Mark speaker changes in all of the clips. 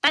Speaker 1: 大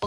Speaker 1: 我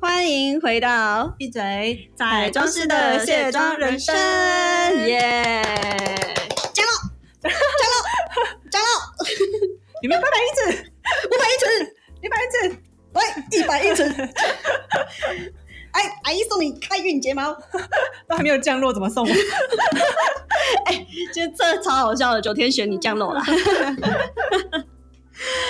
Speaker 1: 欢迎回到
Speaker 2: 闭嘴！
Speaker 1: 彩妆师的卸妆人生，耶！加入，加入，加入！
Speaker 2: 你们八百一尺，五百一尺，一百一尺，
Speaker 1: 喂，一百一尺。 哎，阿姨送你开运睫毛，
Speaker 2: 都还没有降落，怎么送我？
Speaker 1: 就这超好笑的。九天玄你降落了， 啊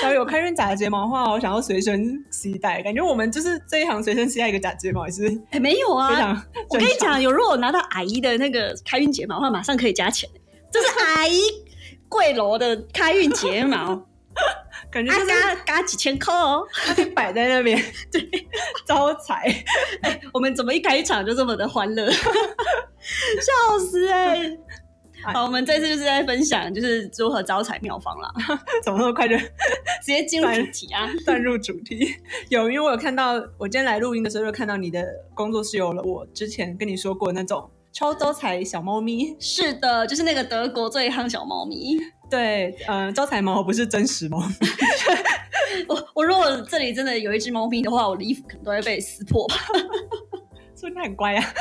Speaker 2: 小友开润假睫毛的话，我想要随身携带，感觉我们就是这一行随身携带一个假睫毛也是非
Speaker 1: 哎， 没有啊。
Speaker 2: 常、
Speaker 1: 我跟你，讲，有如果我拿到阿姨的那个开 运睫毛的话，马上可以加钱。这是阿姨贵楼的开运睫 毛，啊
Speaker 2: 感觉就是
Speaker 1: 嘎嘎几千扣哦。
Speaker 2: 摆在那边，对，招财。
Speaker 1: 我们怎么一开场就这么的欢乐， 笑死哎、好，我们这次就是在分享就是如何招财妙方啦，
Speaker 2: 怎么那么快就
Speaker 1: 直接进入主题啊。
Speaker 2: 断入主题？有，因为我有看到，我今天来录音的时候就看到你的工作室有了我之前跟你说过那种超招财小猫咪。
Speaker 1: 是的，就是那个德国最夯小猫咪。
Speaker 2: 对，呃，招财猫不是真实猫咪，
Speaker 1: 我我如果这里真的有一只猫咪的话，我的衣服可能都会被撕破吧。
Speaker 2: 所以它很乖啊。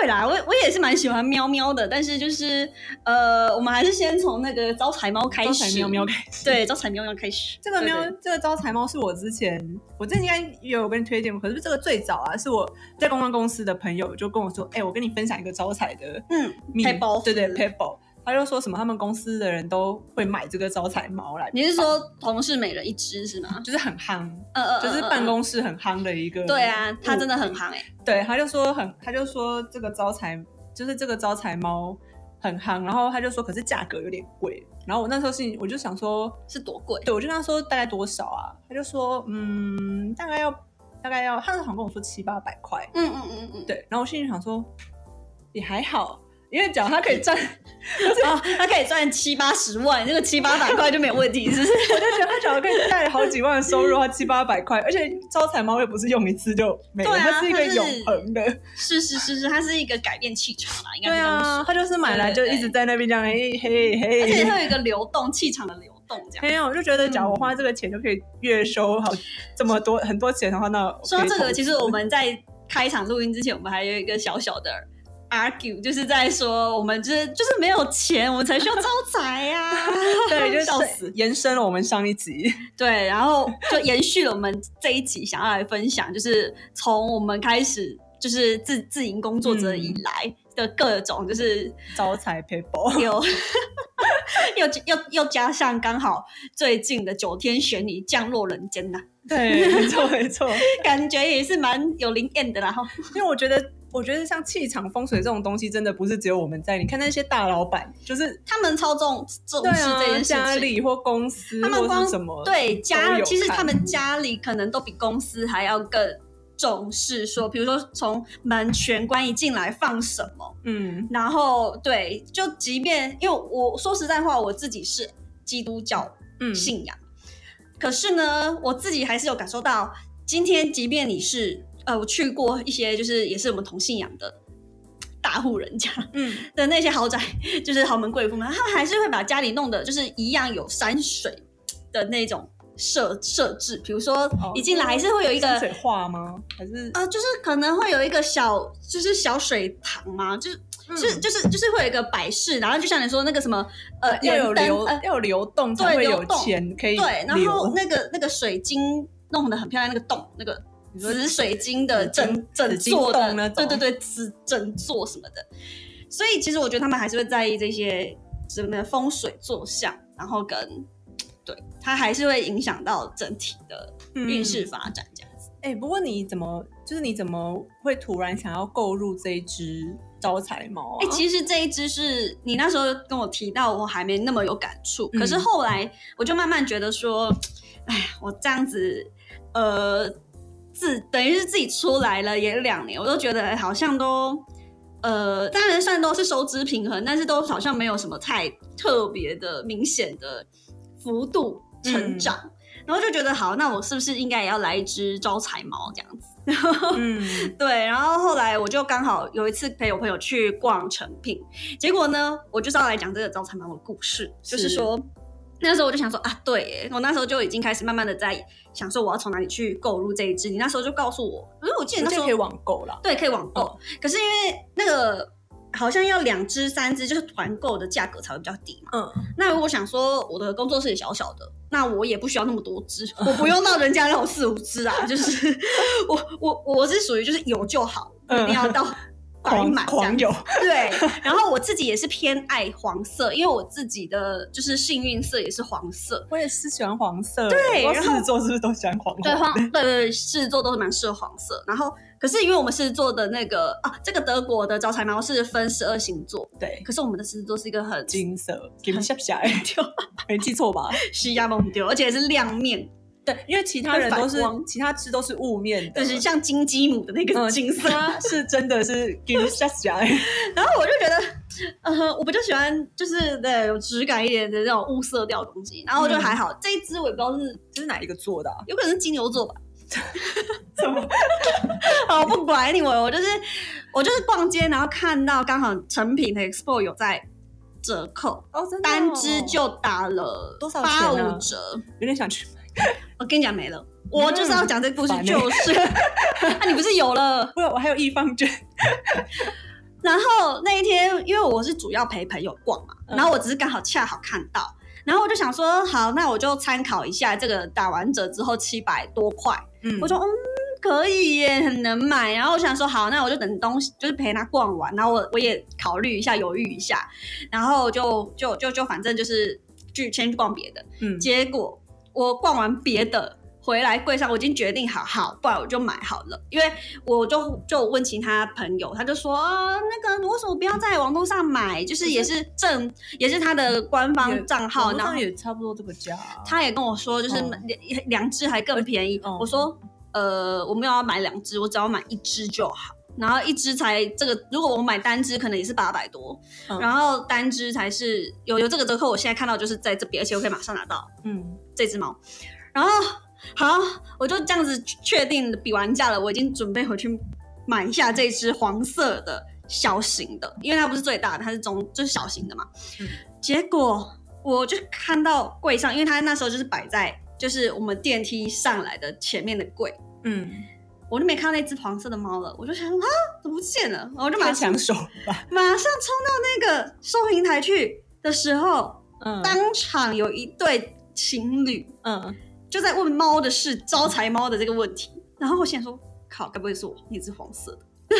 Speaker 1: 对啦，我我也是蛮喜欢喵喵的，但是就是呃，我们还是先从那个招财猫开
Speaker 2: 招
Speaker 1: 始。
Speaker 2: 财喵喵，开始。
Speaker 1: 对，招财喵喵开始。
Speaker 2: 这个喵
Speaker 1: 对，对
Speaker 2: 这个招财猫是我之前，我之前应该也有跟你推荐过，可是这个最早啊，是我在公关公司的朋友就跟我说，哎、我跟你分享一个招财的
Speaker 1: 嗯，
Speaker 2: 秘密
Speaker 1: Pebble
Speaker 2: 对对 pebble，他就说什么他们公司的人都会买这个招财猫来，
Speaker 1: 你是说同事每人一只是吗？
Speaker 2: 就是很夯，
Speaker 1: 呃呃，
Speaker 2: 就是
Speaker 1: 呃
Speaker 2: 办。公室很夯的一个。
Speaker 1: 呃对啊，它真的很夯哎、
Speaker 2: 对，他就说很，他就说这个招财，就是这个招财猫很夯，然后他就说，可是价格有点贵。然后我那时候心里我就想说，
Speaker 1: 是多贵？
Speaker 2: 对，我就跟他说大概多少啊？他就说，嗯，大概要大概要，他好像跟我说七八百块。
Speaker 1: 嗯嗯嗯嗯
Speaker 2: 对，然后我心里想说，也还好，因为只要他可以赚，
Speaker 1: 嗯，啊，它可以赚七八十万，这个七八百块就没有问题，是不是？
Speaker 2: 我就觉得他只要可以带好几万的收入，他七八百块，而且招财猫又不是用一次就没了，
Speaker 1: 对啊
Speaker 2: 它是一
Speaker 1: 它
Speaker 2: 个
Speaker 1: 是
Speaker 2: 永恒的。
Speaker 1: 是是是是，它是一个改变气场啦，应该
Speaker 2: 对
Speaker 1: 是这样说。
Speaker 2: 啊，他就是买来就一直在那边这样，嘿嘿
Speaker 1: 而且嗯
Speaker 2: 嘿。
Speaker 1: 它有一个流动气场的流动，这样。
Speaker 2: 没有，我就觉得，假如我花这个钱就可以月收好这么多很多钱的话，那我可 以
Speaker 1: 说到这
Speaker 2: 投
Speaker 1: 个，
Speaker 2: 资
Speaker 1: 其实我们在开场录音之前，我们还有一个小小的 argue，就是在说我们就是就是没有钱，我们才需要招财啊呀、
Speaker 2: 对，就是
Speaker 1: 笑死。
Speaker 2: 延伸了我们上一集，
Speaker 1: 对，然后就延续了我们这一集想要来分享，就是从我们开始就是自自营工作
Speaker 2: 嗯
Speaker 1: 者以来的各种就是
Speaker 2: 招财 paper。
Speaker 1: 又 又又又加上刚好最近的九天玄女降落人间呐、
Speaker 2: 对，没错没错，
Speaker 1: 感觉也是蛮有灵验的啦。哈，
Speaker 2: 因为我觉得。我觉得像气场风水这种东西，真的不是只有我们在。你看那些大老板，就是
Speaker 1: 他们超重重
Speaker 2: 对
Speaker 1: 视
Speaker 2: 啊
Speaker 1: 这件，事
Speaker 2: 家
Speaker 1: 情。
Speaker 2: 里或公司
Speaker 1: 他们
Speaker 2: 或
Speaker 1: 光
Speaker 2: 是什么，
Speaker 1: 对家，
Speaker 2: 有
Speaker 1: 其实
Speaker 2: 看
Speaker 1: 他们家里可能都比公司还要更重视说，比如说从门玄关一进来放什么，
Speaker 2: 嗯，
Speaker 1: 然后对，就即便因为我说实在话，我自己是基督教
Speaker 2: 嗯
Speaker 1: 信仰，可是呢，我自己还是有感受到，今天即便你是呃，我去过一些就是也是我们同信仰的大户人家，
Speaker 2: 嗯，
Speaker 1: 的那些豪宅，就是豪门贵妇们，他们还是会把家里弄得就是一样有山水的那种设设置，比如说
Speaker 2: 哦
Speaker 1: 一进来还是会有一个
Speaker 2: 山水画吗？还是
Speaker 1: 呃，就是可能会有一个小就是小水塘嘛，
Speaker 2: 嗯
Speaker 1: 就是。就是就是就是会有一个摆饰，然后就像你说那个什么呃
Speaker 2: 要
Speaker 1: 圆
Speaker 2: 有
Speaker 1: 灯
Speaker 2: 流
Speaker 1: 呃
Speaker 2: 要有流动
Speaker 1: 对
Speaker 2: 才会有
Speaker 1: 流动
Speaker 2: 钱可以
Speaker 1: 对，然后
Speaker 2: 流。
Speaker 1: 那个那个水晶弄得很漂亮，那个洞那个
Speaker 2: 你说
Speaker 1: 紫水晶的
Speaker 2: 紫
Speaker 1: 整
Speaker 2: 晶
Speaker 1: 整
Speaker 2: 紫晶
Speaker 1: 座的
Speaker 2: 洞那
Speaker 1: 对
Speaker 2: 种啊
Speaker 1: 对对，紫整座什么的。所以其实我觉得他们还是会在意这些什么风水坐向，然后跟对它还是会影响到整体的
Speaker 2: 嗯
Speaker 1: 运势发展这样子。
Speaker 2: 哎，不过你怎么就是你怎么会突然想要购入这一只招财猫啊？
Speaker 1: 哎、其实这一只是你那时候跟我提到，我还没那么有感触。可是
Speaker 2: 嗯
Speaker 1: 后来我就慢慢觉得说，哎呀，我这样子，呃，自等于是自己出来了也两年，我都觉得哎好像都，呃，当然算都是收支平衡，但是都好像没有什么太特别的明显的幅度成长。然后就觉得好，那我是不是应该也要来一只招财猫这样子？
Speaker 2: 嗯，
Speaker 1: 对，然后后来我就刚好有一次陪我朋友去逛成品，结果呢，我就是要来讲这个招财猫的故事，就是
Speaker 2: 是
Speaker 1: 说那时候我就想说啊，对耶，我那时候就已经开始慢慢的在想说我要从哪里去购入这一只，你那时候就告诉我，因为我记得那
Speaker 2: 那
Speaker 1: 时
Speaker 2: 就
Speaker 1: 候
Speaker 2: 可以网购啦。
Speaker 1: 对可以网购，可是因为那个好像要两只三只，就是团购的价格才会比较低嘛。
Speaker 2: 嗯，
Speaker 1: 那如果想说我的工作室也小小的，那我也不需要那么多只，我不用到人家让我四五只啊，就是我我我是属于就是有就好，不一定要到百
Speaker 2: 嗯 狂
Speaker 1: 满这样
Speaker 2: 狂。有，
Speaker 1: 对，然后我自己也是偏爱黄色，因为我自己的就是幸运色也是黄色。
Speaker 2: 我也是喜欢黄色。
Speaker 1: 对
Speaker 2: 我
Speaker 1: 然
Speaker 2: 狮
Speaker 1: 后
Speaker 2: 子座是不是都喜欢黄？
Speaker 1: 对，黄 对对对，狮子座都是蛮适合黄色。然后，可是因为我们狮子座的那个啊，这个德国的招财猫是分十二星座，
Speaker 2: 对，
Speaker 1: 可是我们的狮子座是一个很
Speaker 2: 金色，给你下不下来？ 没记错吧？
Speaker 1: 虚压蒙丢，而且是亮面，
Speaker 2: 对，因为其他人都是
Speaker 1: 会反光
Speaker 2: 其他只都是雾面的，
Speaker 1: 就是像金鸡母的那个
Speaker 2: 嗯
Speaker 1: 金 色。
Speaker 2: 它是真的是给你下下来。
Speaker 1: 然后我就觉得，呃，我比较喜欢就是对有质感一点的那种雾色调的东西。然后
Speaker 2: 嗯
Speaker 1: 就还好，这一只我也不知道是，
Speaker 2: 这是哪一个做的啊？
Speaker 1: 有可能是金牛座吧。
Speaker 2: 怎么？
Speaker 1: 哦，不管 anyway，我就是我就是逛街，然后看到刚好成品的 Expo 有在折扣，
Speaker 2: 哦，真的哦
Speaker 1: 单只就打了
Speaker 2: 多少钱
Speaker 1: 八
Speaker 2: 啊
Speaker 1: 五折。
Speaker 2: 有点想去买。
Speaker 1: 我跟你讲没了，我就是要讲这个故事，
Speaker 2: 烦欸
Speaker 1: 就是， 啊，你不是有了？
Speaker 2: 不，我还有易放券。
Speaker 1: 然后那一天，因为我是主要陪朋友逛嘛，
Speaker 2: 嗯
Speaker 1: 然后我只是刚好恰好看到，然后我就想说，好，那我就参考一下这个打完折之后七百多块，
Speaker 2: 嗯
Speaker 1: 我说嗯可以耶，很能买。然后我想说好，那我就等东西，就是陪他逛完，然后我我也考虑一下，犹豫一下，然后就就就就反正就是去先去逛别的，
Speaker 2: 嗯
Speaker 1: 结果我逛完别的回来柜上，我已经决定好好，不然我就买好了。因为我就就问其他朋友，他就说啊，那个为什么不要在网络上买？就是也是正，也是他的官方账号，然后
Speaker 2: 那也差不多这个价啊。
Speaker 1: 他也跟我说，就是
Speaker 2: 哦
Speaker 1: 两两只还更便宜。
Speaker 2: 哦
Speaker 1: 我说呃，我没有要买两只，我只要买一只就好。然后一只才这个，如果我买单只，可能也是八百多，
Speaker 2: 嗯
Speaker 1: 然后单只才是有有这个折扣，我现在看到就是在这边，而且我可以马上拿到。
Speaker 2: 嗯，
Speaker 1: 这只猫，然后好，我就这样子确定比完价了，我已经准备回去买一下这只黄色的小型的，因为它不是最大的，它是中就是小型的嘛。
Speaker 2: 嗯
Speaker 1: 结果我就看到柜上，因为它那时候就是摆在就是我们电梯上来的前面的柜，
Speaker 2: 嗯，
Speaker 1: 我就没看到那只黄色的猫了，我就想说啊怎么不见了，然后我就马
Speaker 2: 太
Speaker 1: 上
Speaker 2: 抢手了 吧？
Speaker 1: 马上冲到那个收银台去的时候，
Speaker 2: 嗯
Speaker 1: 当场有一对情侣。
Speaker 2: 嗯，
Speaker 1: 就在问猫的事，招财猫的这个问题。然后我现在说，靠，该不会是我那只黄色的？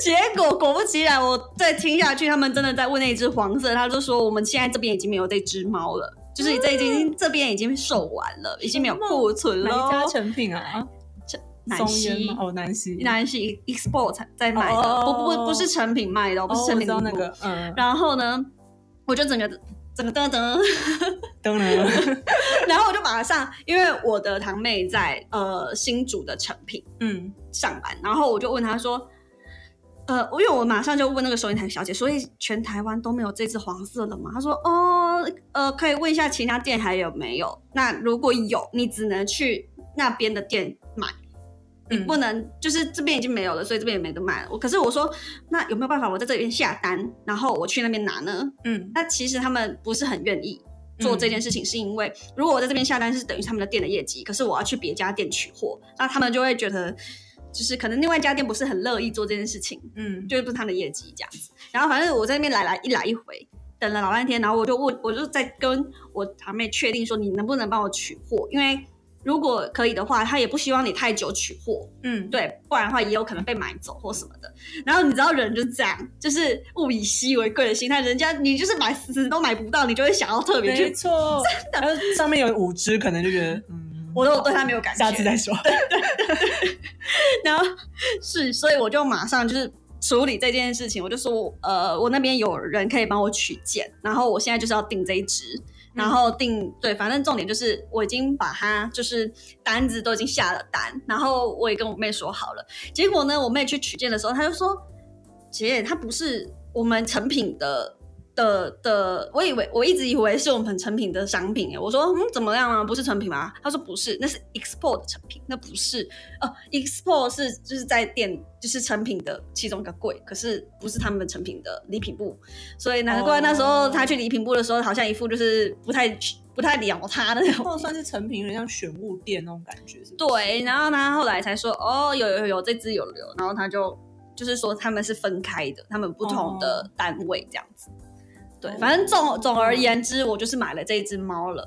Speaker 1: 结果果不其然，我再听下去，他们真的在问那只黄色，他就说我们现在这边已经没有这只猫了，就是这已经、这边已经售完了，已经没有库存
Speaker 2: 哪
Speaker 1: 了。
Speaker 2: 嗯一家成品啊？
Speaker 1: 南
Speaker 2: 松烟
Speaker 1: 西
Speaker 2: 吗，哦，南西，
Speaker 1: 南西 Export 才在卖的，
Speaker 2: 哦
Speaker 1: 不不不是成品卖的哦，不
Speaker 2: 哦，
Speaker 1: 是
Speaker 2: 我
Speaker 1: 成品
Speaker 2: 知道
Speaker 1: 礼
Speaker 2: 那
Speaker 1: 物
Speaker 2: 个，嗯，
Speaker 1: 然后呢，我就整个整个噔噔。
Speaker 2: 当 然了，
Speaker 1: 然后我就马上，因为我的堂妹在呃新竹的成品
Speaker 2: 嗯，
Speaker 1: 上班，然后我就问她说，呃，因为我马上就问那个收银台小姐，所以全台湾都没有这只黄色的吗？她说，哦，呃，可以问一下其他店还有没有？那如果有，你只能去那边的店买。
Speaker 2: 嗯
Speaker 1: 不能，就是这边已经没有了，所以这边也没得卖了。我可是我说，那有没有办法我在这边下单，然后我去那边拿呢？
Speaker 2: 嗯，
Speaker 1: 那其实他们不是很愿意做这件事情，是因为如果我在这边下单，是等于他们的店的业绩，可是我要去别家店取货，那他们就会觉得，就是可能另外一家店不是很乐意做这件事情，
Speaker 2: 嗯，
Speaker 1: 就是不是他们的业绩这样子。然后反正我在那边来来一来一回。等了老半天，然后我就问，我就在跟我堂妹确定说，你能不能帮我取货？因为如果可以的话，她也不希望你太久取货，
Speaker 2: 嗯，
Speaker 1: 对，不然的话也有可能被买走或什么的。然后你知道人就是这样，就是物以稀为贵的心态，人家你就是买死都买不到，你就会想要特别
Speaker 2: 没
Speaker 1: 去。
Speaker 2: 错，然后上面有五只，可能就觉得，嗯，
Speaker 1: 我都对它没有感觉。
Speaker 2: 下次再说。
Speaker 1: 然后是，所以我就马上就是处理这件事情，我就说，呃，我那边有人可以帮我取件，然后我现在就是要订这一只，然后订、对，反正重点就是我已经把它就是单子都已经下了单，然后我也跟我妹说好了，结果呢，我妹去取件的时候，她就说，姐，它不是我们成品的。的的，我以为我一直以为是我们成品的商品耶，我说嗯怎么样啊？不是成品吗？她说不是，那是 export 的成品，那不是哦，Expo 是就是在店就是成品的其中一个柜，可是不是他们成品的礼品部，所以难怪那时候
Speaker 2: 哦
Speaker 1: 他去礼品部的时候，好像一副就是不太不太聊他的那种。
Speaker 2: 那种算是成品，有点像选物店那种感觉，是不 是？
Speaker 1: 对，然后他后来才说哦，有有有，这只有留，然后他就就是说他们是分开的，他们不同的单位这样子。对
Speaker 2: 哦，
Speaker 1: 反正总总而言之，我就是买了这一只猫了，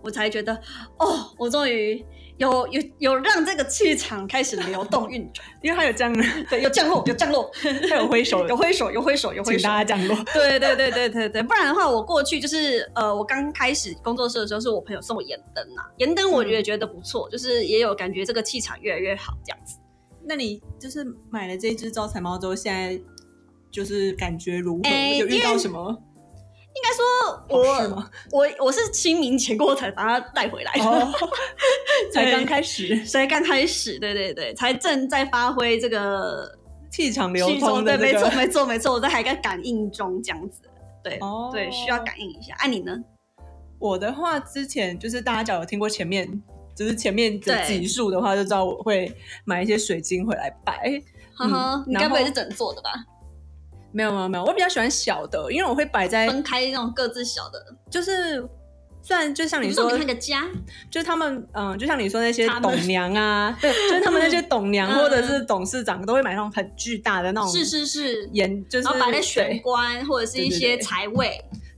Speaker 1: 我才觉得哦，我终于有有有让这个气场开始流动运转，
Speaker 2: 因为它有这样，
Speaker 1: 对，有降落，有降落，
Speaker 2: 它有挥手，
Speaker 1: 有挥手，有挥手，有挥
Speaker 2: 请
Speaker 1: 手。
Speaker 2: 大家降落。
Speaker 1: 对对对对对对，不然的话，我过去就是呃，我刚开始工作室的时候，是我朋友送我盐灯啊，盐
Speaker 2: 嗯
Speaker 1: 灯我也觉得不错，就是也有感觉这个气场越来越好这样子。
Speaker 2: 那你就是买了这只招财猫之后，现在就是感觉如何？
Speaker 1: 哎
Speaker 2: 有遇
Speaker 1: 因
Speaker 2: 到
Speaker 1: 为
Speaker 2: 什么好事
Speaker 1: 我
Speaker 2: 吗？
Speaker 1: 我我是清明前过后才把它带回来的，
Speaker 2: 哦，才
Speaker 1: 对
Speaker 2: 刚开始，
Speaker 1: 所以刚开始，对对对，才正在发挥这个
Speaker 2: 气场流
Speaker 1: 气
Speaker 2: 通
Speaker 1: 对，
Speaker 2: 的这
Speaker 1: 没错
Speaker 2: 个。
Speaker 1: 没错没错，我在还在感应中这样子，对、
Speaker 2: 哦
Speaker 1: 对，需要感应一下。哎、你呢？
Speaker 2: 我的话，之前就是大家只要有听过前面，就是前面的
Speaker 1: 对
Speaker 2: 集数的话，就知道我会买一些水晶回来摆。
Speaker 1: 呵呵，你
Speaker 2: 嗯然
Speaker 1: 该不会
Speaker 2: 后
Speaker 1: 是整做的吧？
Speaker 2: 没有没有没有，我比较喜欢小的，因为我会摆在
Speaker 1: 分开那种各自小的，
Speaker 2: 就是。虽然就像
Speaker 1: 比
Speaker 2: 你
Speaker 1: 如
Speaker 2: 说
Speaker 1: 说，你那个家，
Speaker 2: 就是他们，嗯，就像你说那些
Speaker 1: 他们
Speaker 2: 董娘 啊，对，就是他们那些董娘
Speaker 1: 嗯
Speaker 2: 或者是董事长都会买那种很巨大的那种
Speaker 1: 是是是，
Speaker 2: 盐就是
Speaker 1: 然后摆在玄
Speaker 2: 对
Speaker 1: 关或者是一
Speaker 2: 对对
Speaker 1: 些
Speaker 2: 对
Speaker 1: 财位，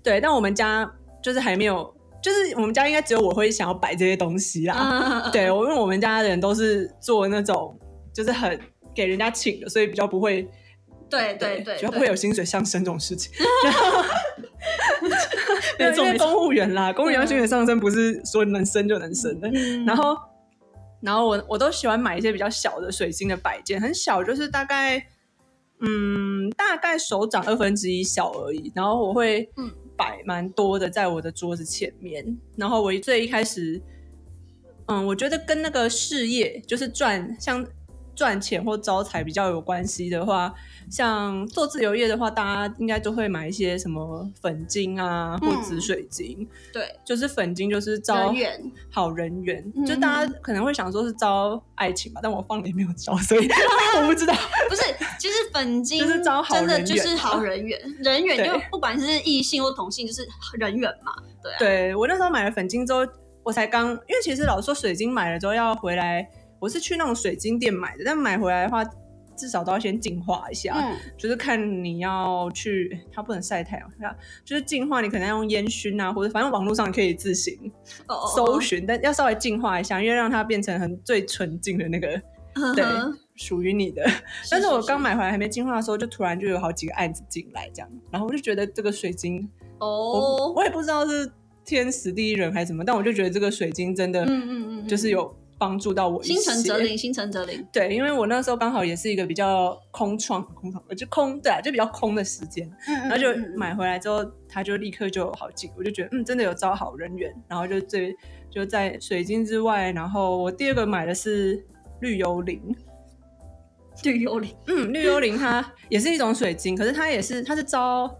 Speaker 2: 对，但我们家就是还没有，就是我们家应该只有我会想要摆这些东西啦。
Speaker 1: 嗯，
Speaker 2: 对，我因为我们家的人都是做那种就是很给人家请的，所以比较不会
Speaker 1: 对对对，
Speaker 2: 比较不
Speaker 1: 对
Speaker 2: 会有薪水上升这种事 情。然
Speaker 1: 没
Speaker 2: 后
Speaker 1: 错
Speaker 2: 因
Speaker 1: 没
Speaker 2: 为
Speaker 1: 错
Speaker 2: 公务员啦，公务员
Speaker 1: 嗯
Speaker 2: 薪水上升不是说能升就能升的。
Speaker 1: 嗯
Speaker 2: 然后，然后我我都喜欢买一些比较小的水晶的摆件，很小，就是大概，嗯，大概手掌二分之一小而已。然后我会
Speaker 1: 嗯
Speaker 2: 摆蛮多的在我的桌子前面。然后我最一开始，嗯，我觉得跟那个事业就是赚像赚钱或招财比较有关系的话，像做自由业的话，大家应该都会买一些什么粉晶啊或
Speaker 1: 嗯
Speaker 2: 紫水晶，
Speaker 1: 对
Speaker 2: 就是粉晶就是招
Speaker 1: 人缘，
Speaker 2: 好人缘，
Speaker 1: 嗯
Speaker 2: 就大家可能会想说是招爱情吧，但我放了也没有招，所以我不知道。
Speaker 1: 不是，其实粉金
Speaker 2: 就是招好
Speaker 1: 真的
Speaker 2: 人
Speaker 1: 就
Speaker 2: 缘
Speaker 1: 是
Speaker 2: 嘛
Speaker 1: 好人缘，人缘
Speaker 2: 对
Speaker 1: 就不管是异性或同性，就是人缘嘛，对啊，
Speaker 2: 对我那时候买了粉晶之后，我才刚，因为其实老实说水晶买了之后要回来，我是去那种水晶店买的，但买回来的话至少都要先净化一下，
Speaker 1: 嗯，
Speaker 2: 就是看你要去，它不能晒太阳，它就是净化，你可能要用烟熏啊，或者反正网络上可以自行
Speaker 1: 哦哦
Speaker 2: 搜寻，但要稍微净化一下，因为让它变成很最纯净的那个
Speaker 1: 哦
Speaker 2: 对
Speaker 1: 呵呵
Speaker 2: 属于你的。
Speaker 1: 是
Speaker 2: 但是
Speaker 1: 是
Speaker 2: 我
Speaker 1: 是
Speaker 2: 刚买回来还没进化的时候，就突然就有好几个案子进来，这样，然后我就觉得这个水晶，我
Speaker 1: 哦，
Speaker 2: 我也不知道是天时地利人还是什么，但我就觉得这个水晶真的
Speaker 1: 嗯嗯嗯，
Speaker 2: 就是有帮助到我一些。
Speaker 1: 心诚则灵，心诚则灵，
Speaker 2: 对，因为我那时候刚好也是一个比较空窗、空窗，就空对啊，就比较空的时间，
Speaker 1: 然
Speaker 2: 然后就
Speaker 1: 嗯
Speaker 2: 买回来之后，它就立刻就有好几个，我就觉得嗯，真的有招好人缘。然后就最就在水晶之外，然后我第二个买的是绿幽灵，
Speaker 1: 绿幽灵
Speaker 2: 嗯，绿幽灵 它也是一种水晶，可是它也是它是招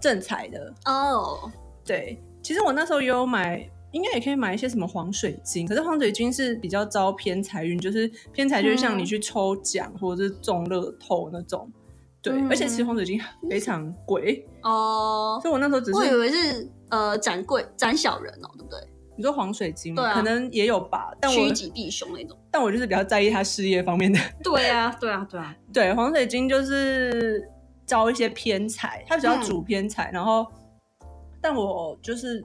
Speaker 2: 正财的。
Speaker 1: 哦，
Speaker 2: 对，其实我那时候也有买，应该也可以买一些什么黄水晶，可是黄水晶是比较招偏财运，就是偏财就是
Speaker 1: 嗯
Speaker 2: 像你去抽奖或者是中乐透那种。对，
Speaker 1: 嗯
Speaker 2: 而且其实黄水晶非常贵，
Speaker 1: 哦，
Speaker 2: 所以我那时候只
Speaker 1: 我以
Speaker 2: 是
Speaker 1: 为是呃展柜展小人哦，对不对？
Speaker 2: 你说黄水晶嘛，
Speaker 1: 对啊
Speaker 2: 可能也有吧，但我
Speaker 1: 趋吉避凶那种。
Speaker 2: 但我就是比较在意它事业方面的。
Speaker 1: 对啊，对啊，对啊，
Speaker 2: 对，黄水晶就是招一些偏财，它比较主偏财。然后，但我就是，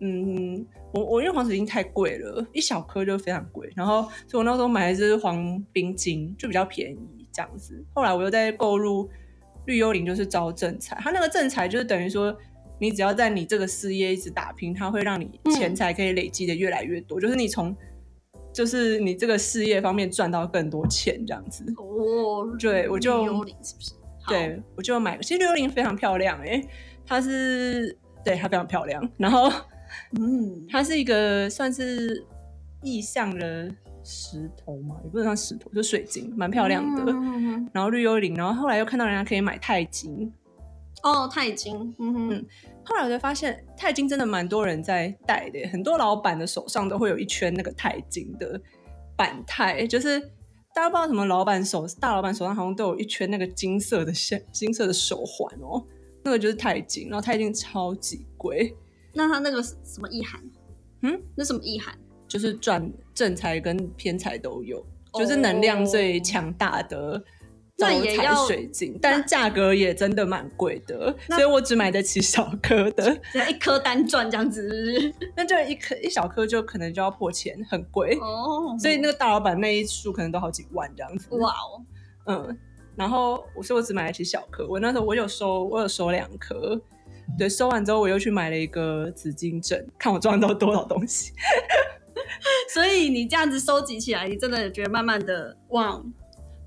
Speaker 2: 嗯，我我因为黄水晶太贵了，一小颗就非常贵。然后，所以我那时候买的是黄冰晶，就比较便宜这样子。后来我又再购入绿幽灵，就是招正财。它那个正财就是等于说。你只要在你这个事业一直打拼，它会让你钱财可以累积的越来越多。就是你从就是你这个事业方面赚到更多钱这样子。
Speaker 1: 哦，
Speaker 2: 对我就
Speaker 1: 幽灵是不是？好，
Speaker 2: 对，我就买。其实刘玲非常漂亮、欸，诶，她是对她非常漂亮，然后
Speaker 1: 嗯，
Speaker 2: 它是一个算是意象的石头嘛，也不能算石头，就水晶，蛮漂亮的。
Speaker 1: 嗯嗯嗯
Speaker 2: 然后绿幽灵，然后后来又看到人家可以买钛金，
Speaker 1: 哦，钛金，嗯哼，
Speaker 2: 后来我就发现钛金真的蛮多人在戴的耶，很多老板的手上都会有一圈那个钛金的板钛，就是大家不知道什么老板手大老板手上好像都有一圈那个金色的线金色的手环哦，那个就是钛金，然后钛金超级贵，
Speaker 1: 那它那个是什么意涵？
Speaker 2: 嗯，
Speaker 1: 那什么意涵？
Speaker 2: 就是赚正财跟偏财都有，
Speaker 1: 哦
Speaker 2: 就是能量最强大的招
Speaker 1: 那也
Speaker 2: 财
Speaker 1: 要
Speaker 2: 水晶，但是价格也真的蛮贵的，
Speaker 1: 那
Speaker 2: 所以我只买得起小颗的，
Speaker 1: 只要一颗单转这样子，是不是？
Speaker 2: 那就一颗一小颗就可能就要破千，很贵。
Speaker 1: 哦，
Speaker 2: 所以那个大老板那一束可能都好几万这样子。
Speaker 1: 哇哦，
Speaker 2: 嗯，然后我说我只买得起小颗，我那时候我有收，我有收两颗。对，收完之后我又去买了一个紫金枕，看我装到多少东西。
Speaker 1: 所以你这样子收集起来，你真的觉得慢慢的哇，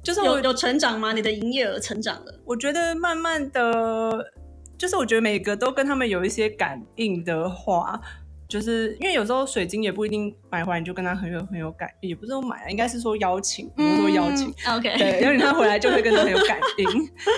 Speaker 2: 就是我
Speaker 1: 有有成长吗？你的营业额成长了？
Speaker 2: 我觉得慢慢的，就是我觉得每个都跟他们有一些感应的话，就是因为有时候水晶也不一定买回来你就跟他很有很有感，也不是说买，应该是说邀请，不是说邀请，
Speaker 1: 嗯，OK，
Speaker 2: 对，因为他回来就会跟他很有感应。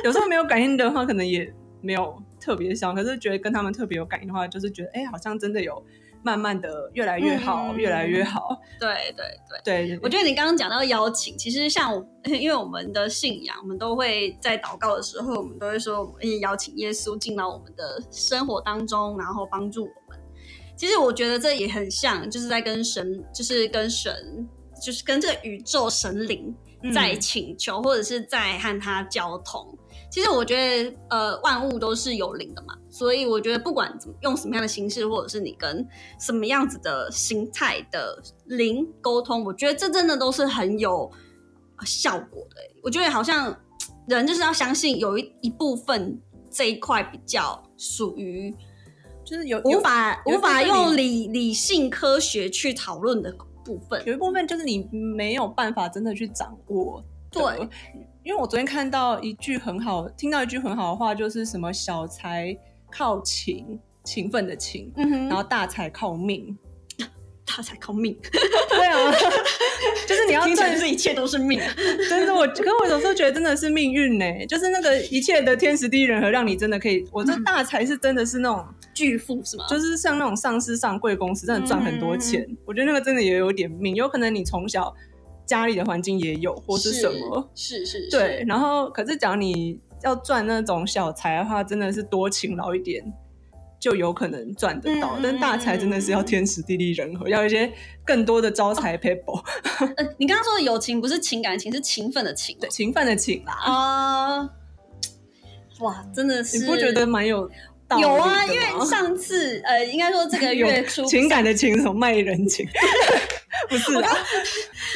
Speaker 2: 有时候没有感应的话，可能也没有特别想，可是觉得跟他们特别有感应的话，就是觉得哎、好像真的有慢慢的越来越好，
Speaker 1: 嗯
Speaker 2: 越来越好。
Speaker 1: 对对对，
Speaker 2: 对，
Speaker 1: 我觉得你刚刚讲到邀请，其实像我， 因为我们的信仰，我们都会在祷告的时候，我们都会说，我们邀请耶稣进到我们的生活当中，然后帮助我们。其实我觉得这也很像，就是在跟神，就是跟神，就是跟这个宇宙神灵
Speaker 2: 嗯
Speaker 1: 在请求，或者是在和他交通。其实我觉得，呃，万物都是有灵的嘛，所以我觉得不管怎么用什么样的形式，或者是你跟什么样子的形态的灵沟通，我觉得这真的都是很有呃效果的欸、我觉得好像人就是要相信有一一部分这一块比较属于
Speaker 2: 就是有
Speaker 1: 无法
Speaker 2: 有一
Speaker 1: 无
Speaker 2: 部分
Speaker 1: 法
Speaker 2: 你
Speaker 1: 用理理性科学去讨论的部分。
Speaker 2: 有一部分就是你没有办法真的去掌握。
Speaker 1: 对，
Speaker 2: 因为我昨天看到一句很好，听到一句很好的话，就是什么“小财靠勤，勤奋的勤”，
Speaker 1: 嗯哼
Speaker 2: 然后“大财靠命
Speaker 1: 他才靠命，”。
Speaker 2: 对 啊，就是你要
Speaker 1: 听起来
Speaker 2: 正
Speaker 1: 就是一切都是命。啊
Speaker 2: 真的我，可是我有时候觉得真的是命运呢、就是那个一切的天时地利人和，让你真的可以，我这
Speaker 1: 嗯
Speaker 2: 大财是真的是那种，
Speaker 1: 巨富 是吗？
Speaker 2: 就是像那种上市上柜公司，真的赚很多钱。
Speaker 1: 嗯
Speaker 2: 我觉得那个真的也有点命，有可能你从小家里的环境也有，或是什么。？
Speaker 1: 是是，是
Speaker 2: 对，，然后可是只要你要赚那种小财的话，真的是多勤劳一点，就有可能赚得
Speaker 1: 嗯嗯
Speaker 2: 到。
Speaker 1: 哦
Speaker 2: 但大财真的是要天时地利人和，要一些更多的招财 people，、
Speaker 1: 呃，你刚刚说的友情不是情感情，是勤奋的勤
Speaker 2: 对，勤奋的勤啦。
Speaker 1: 啊、哇，真的是
Speaker 2: 你不觉得蛮有道理的
Speaker 1: 有
Speaker 2: 吗？
Speaker 1: 啊？因为上次呃，应该说这个月初
Speaker 2: 有情感的情，什么卖人 情？不是啦，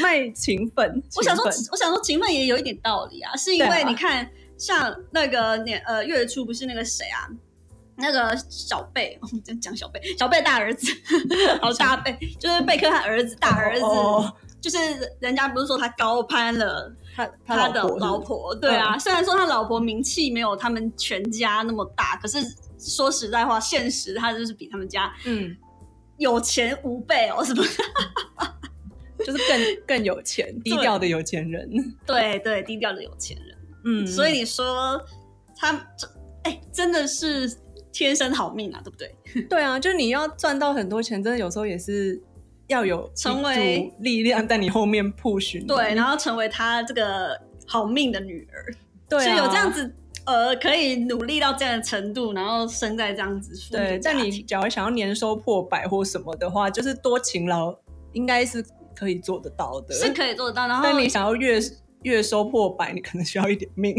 Speaker 2: 卖情粉。
Speaker 1: 我想说
Speaker 2: 情粉，
Speaker 1: 我想说勤奋也有一点道理啊，是因
Speaker 2: 对
Speaker 1: 为
Speaker 2: 啊
Speaker 1: 你看，像那个年呃月初不是那个谁啊，那个小贝，我们在讲小贝，小贝大儿子， 好大贝，就是贝克汉儿子大儿子，
Speaker 2: 哦
Speaker 1: 就是人家不是说他高攀了
Speaker 2: 他
Speaker 1: 他的老
Speaker 2: 老婆是不是嗯
Speaker 1: 婆，对啊，虽然说他老婆名气没有他们全家那么大，可是说实在话，现实他就是比他们家
Speaker 2: 嗯，
Speaker 1: 有钱五倍哦，是不是？
Speaker 2: 就是更更有钱，低调的有钱人。
Speaker 1: 对对，低调的有钱人。
Speaker 2: 嗯，
Speaker 1: 所以你说他这哎、真的是天生好命啊，对不对？
Speaker 2: 对啊，就是你要赚到很多钱，真的有时候也是要有一
Speaker 1: 成为
Speaker 2: 股力量在你后面 push 你。
Speaker 1: 对，然后成为他这个好命的女儿，
Speaker 2: 对
Speaker 1: 所
Speaker 2: 啊，
Speaker 1: 以有这样子。呃，可以努力到这样的程度，然后生在这样子富裕的，
Speaker 2: 对
Speaker 1: 啊家
Speaker 2: 但你
Speaker 1: 庭
Speaker 2: 假如想要年收破百或什么的话，就是多勤劳应该是可以做得到的。
Speaker 1: 是可以做得到。然后
Speaker 2: 但你想要月月收破百，你可能需要一点命。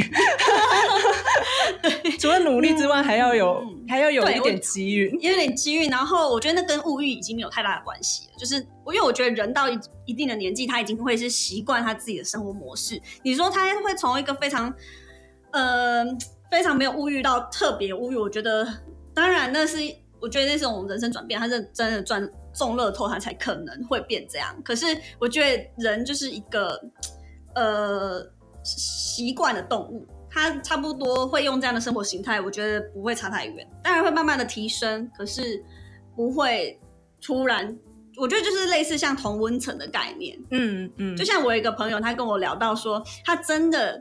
Speaker 2: 除了努力之外，还要有
Speaker 1: 嗯
Speaker 2: 还要有
Speaker 1: 对
Speaker 2: 一
Speaker 1: 我
Speaker 2: 点机遇。
Speaker 1: 有点机遇，然后我觉得那跟物欲已经没有太大的关系了。就是我，因为我觉得人到一一定的年纪，他已经会是习惯他自己的生活模式。你说他会从一个非常，呃，非常没有物欲到特别物欲，我觉得当然那是我觉得那是我们人生转变，他是真的赚中乐透，他才可能会变这样。可是我觉得人就是一个呃习惯的动物，他差不多会用这样的生活形态，我觉得不会差太远。当然会慢慢的提升，可是不会突然。我觉得就是类似像同温层的概念，
Speaker 2: 嗯嗯，
Speaker 1: 就像我有一个朋友，他跟我聊到说，他真的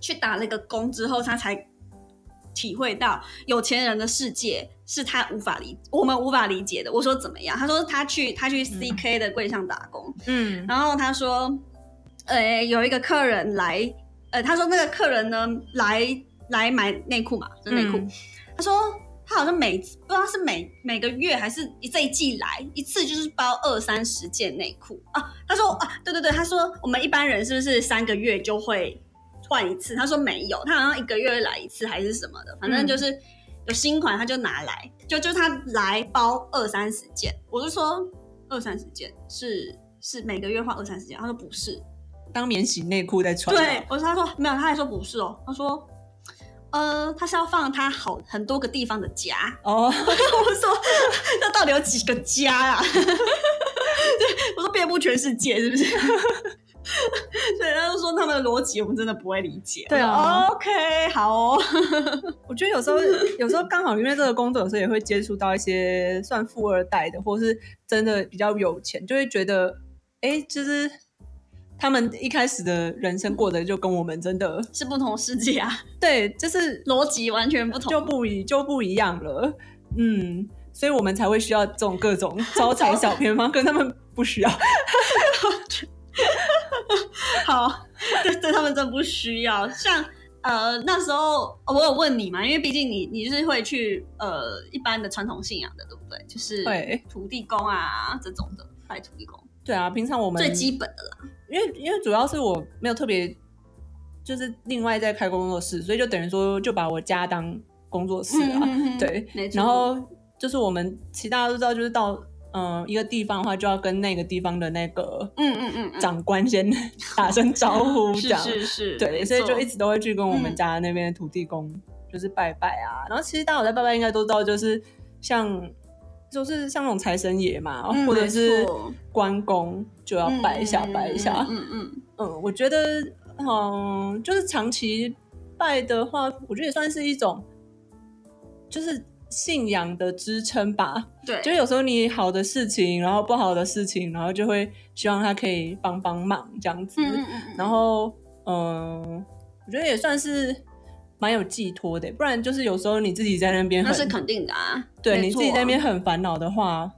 Speaker 1: 去打了个工之后，他才体会到有钱人的世界是他无法理，我们无法理解的。我说怎么样？他说他去他去 CK 的柜上打工，
Speaker 2: 嗯
Speaker 1: 然后他说，呃，有一个客人来，呃，他说那个客人呢来来买内裤嘛，就内裤，
Speaker 2: 嗯
Speaker 1: 他说他好像每不知道是每每个月还是一这一季来一次，就是包二三十件内裤啊。他说啊，对对对，他说我们一般人是不是三个月就会换一次？他说没有，他好像一个月来一次还是什么的，反正就是有新款他就拿来，就就他来包二三十件。我就说二三十件是是每个月换二三十件，他说不是，
Speaker 2: 当免洗内裤在穿，啊
Speaker 1: 对，，我说他说没有，他还说不是哦，他说。呃，他是要放他好很多个地方的夹，我
Speaker 2: 哦，
Speaker 1: 说那到底有几个家啊？ 对，我说遍布全世界是不 是？对，他就说他们的逻辑我们真的不会理解。
Speaker 2: 对啊
Speaker 1: 我说，OK，好哦，
Speaker 2: 我觉得有时候，有时候刚好因为这个工作，有时候也会接触到一些算富二代的，或是真的比较有钱，就会觉得，哎，就是他们一开始的人生过得就跟我们真的
Speaker 1: 是不同世界啊，
Speaker 2: 对，就是
Speaker 1: 逻辑完全不同。
Speaker 2: 就不一就不一样了，嗯，所以我们才会需要这种 各种招财小偏方，跟他们不需要。
Speaker 1: 好， 对对，他们真的不需要。像呃那时候呃我有问你嘛，因为毕竟你你是会去呃一般的传统信仰的，对不对？就是
Speaker 2: 对
Speaker 1: 土地公啊这种的，拜土地公
Speaker 2: 对啊，平常我们
Speaker 1: 最基本的啦。
Speaker 2: 因为因为主要是我没有特别，就是另外在开工作室，所以就等于说就把我家当工作室啊，
Speaker 1: 嗯嗯嗯
Speaker 2: 对
Speaker 1: 没。错
Speaker 2: 然后就是我们其实大家都知道，就是到嗯、呃一个地方的话，就要跟那个地方的那个
Speaker 1: 嗯嗯嗯嗯，
Speaker 2: 长官先 打声招呼，这
Speaker 1: 是
Speaker 2: 样
Speaker 1: 是是，
Speaker 2: 对，
Speaker 1: 没
Speaker 2: 所以就
Speaker 1: 错
Speaker 2: 一直都会去跟我们
Speaker 1: 嗯
Speaker 2: 家那边的土地公、就是拜拜啊。然后其实大家有在拜拜应该都知道，就是像就是像那种财神爷嘛，
Speaker 1: 嗯
Speaker 2: 或者是
Speaker 1: 没错
Speaker 2: 关公就要拜一下、拜一下，
Speaker 1: 嗯嗯嗯嗯
Speaker 2: 嗯，我觉得，嗯，就是长期拜的话，我觉得也算是一种，就是信仰的支撑吧。
Speaker 1: 嗯对，
Speaker 2: 就有时候你好的事情，然后不好的事情，然后就会希望他可以帮帮忙这样子。
Speaker 1: 嗯嗯嗯
Speaker 2: 然后，嗯，我觉得也算是蛮有寄托的，欸不然就是有时候你自己在那边
Speaker 1: 那
Speaker 2: 很，
Speaker 1: 是肯定的啊，
Speaker 2: 对
Speaker 1: 没
Speaker 2: 你
Speaker 1: 错啊
Speaker 2: 自己在那边很烦恼的话，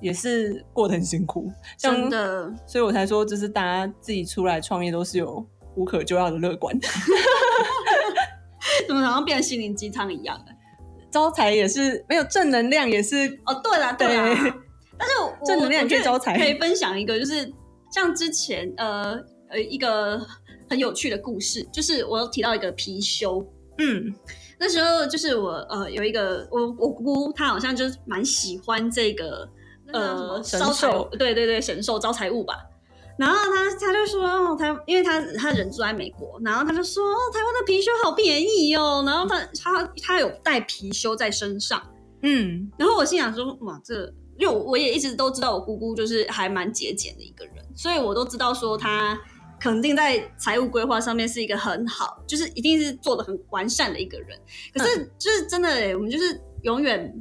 Speaker 2: 也是过得很辛苦。像
Speaker 1: 真 的
Speaker 2: 所以我才说，就是大家自己出来创业都是有无可救药的乐观，
Speaker 1: 怎么好像变成心灵鸡汤一样的？
Speaker 2: 招财也是没有正能量，也是
Speaker 1: 哦，对啦对
Speaker 2: 对
Speaker 1: 啦，但是我
Speaker 2: 正能量
Speaker 1: 我
Speaker 2: 可
Speaker 1: 觉
Speaker 2: 以
Speaker 1: 得
Speaker 2: 招财
Speaker 1: 可以分享一个，就是像之前呃呃一个很有趣的故事，就是我有提到一个貔貅，
Speaker 2: 嗯
Speaker 1: 那时候就是我呃有一个我我姑，她好像就是蛮喜欢这个
Speaker 2: 那叫什么
Speaker 1: 呃
Speaker 2: 神
Speaker 1: 招财
Speaker 2: 兽，
Speaker 1: 对对对，神兽招财物吧。然后她她就说，哦她因为她她人住在美国，然后她就说，哦台湾的貔貅好便宜哦。然后她她她有带貔貅在身上，
Speaker 2: 嗯
Speaker 1: 然后我心想说，哇，这因为我我也一直都知道我姑姑就是还蛮节俭的一个人，所以我都知道说她肯定在财务规划上面是一个很好，就是一定是做的很完善的一个人。可是就是真的、欸，我们就是永远。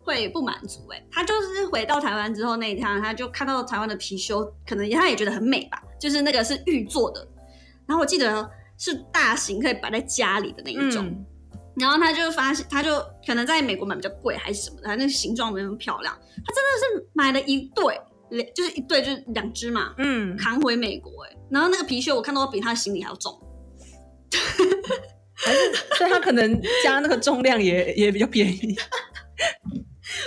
Speaker 1: 会不满足哎、欸，她就是回到台湾之后那一趟，她就看到台湾的貔貅，可能她也觉得很美吧，就是那个是玉做的，然后我记得是大型可以摆在家里的那一种，
Speaker 2: 嗯
Speaker 1: 然后他就发现，他就可能在美国买比较贵还是什么的，反正形状没那么漂亮。他真的是买了一对，两就是一对就是两只嘛，
Speaker 2: 嗯，
Speaker 1: 扛回美国哎、欸然后那个貔貅我看到比他的行李还要重，
Speaker 2: 所以它可能加那个重量也也比较便宜，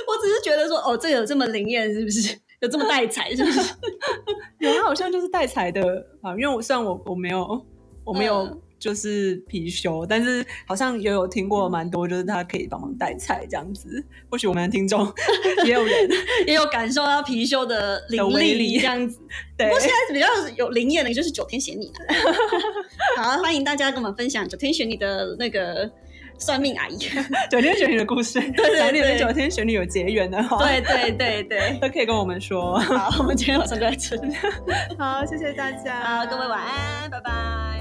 Speaker 1: 我只是觉得说哦，这个有这么灵验是不是？ 有这么带财是不是？
Speaker 2: 有啊它好像就是带财的啊，因为我虽然我我没有我没有
Speaker 1: 嗯
Speaker 2: 就是貔貅，但是好像也有听过蛮多，就是它可以帮忙带财这样子，或许我们的听众 也有人
Speaker 1: 也有感受到貔貅的灵
Speaker 2: 的威力
Speaker 1: 力这样子。
Speaker 2: 对
Speaker 1: 不过现在比较有灵验的 就是九天玄女了。好，欢迎大家跟我们分享九天玄女的那个算命阿姨。
Speaker 2: 九天玄女的故事，
Speaker 1: 对对
Speaker 2: 早点跟九天玄女有结缘的哈，
Speaker 1: 对对对对，
Speaker 2: 都可以跟我们 说。
Speaker 1: 好，我们今天晚上就在这里。
Speaker 2: 好，谢谢大家
Speaker 1: 好，各位晚安，拜拜。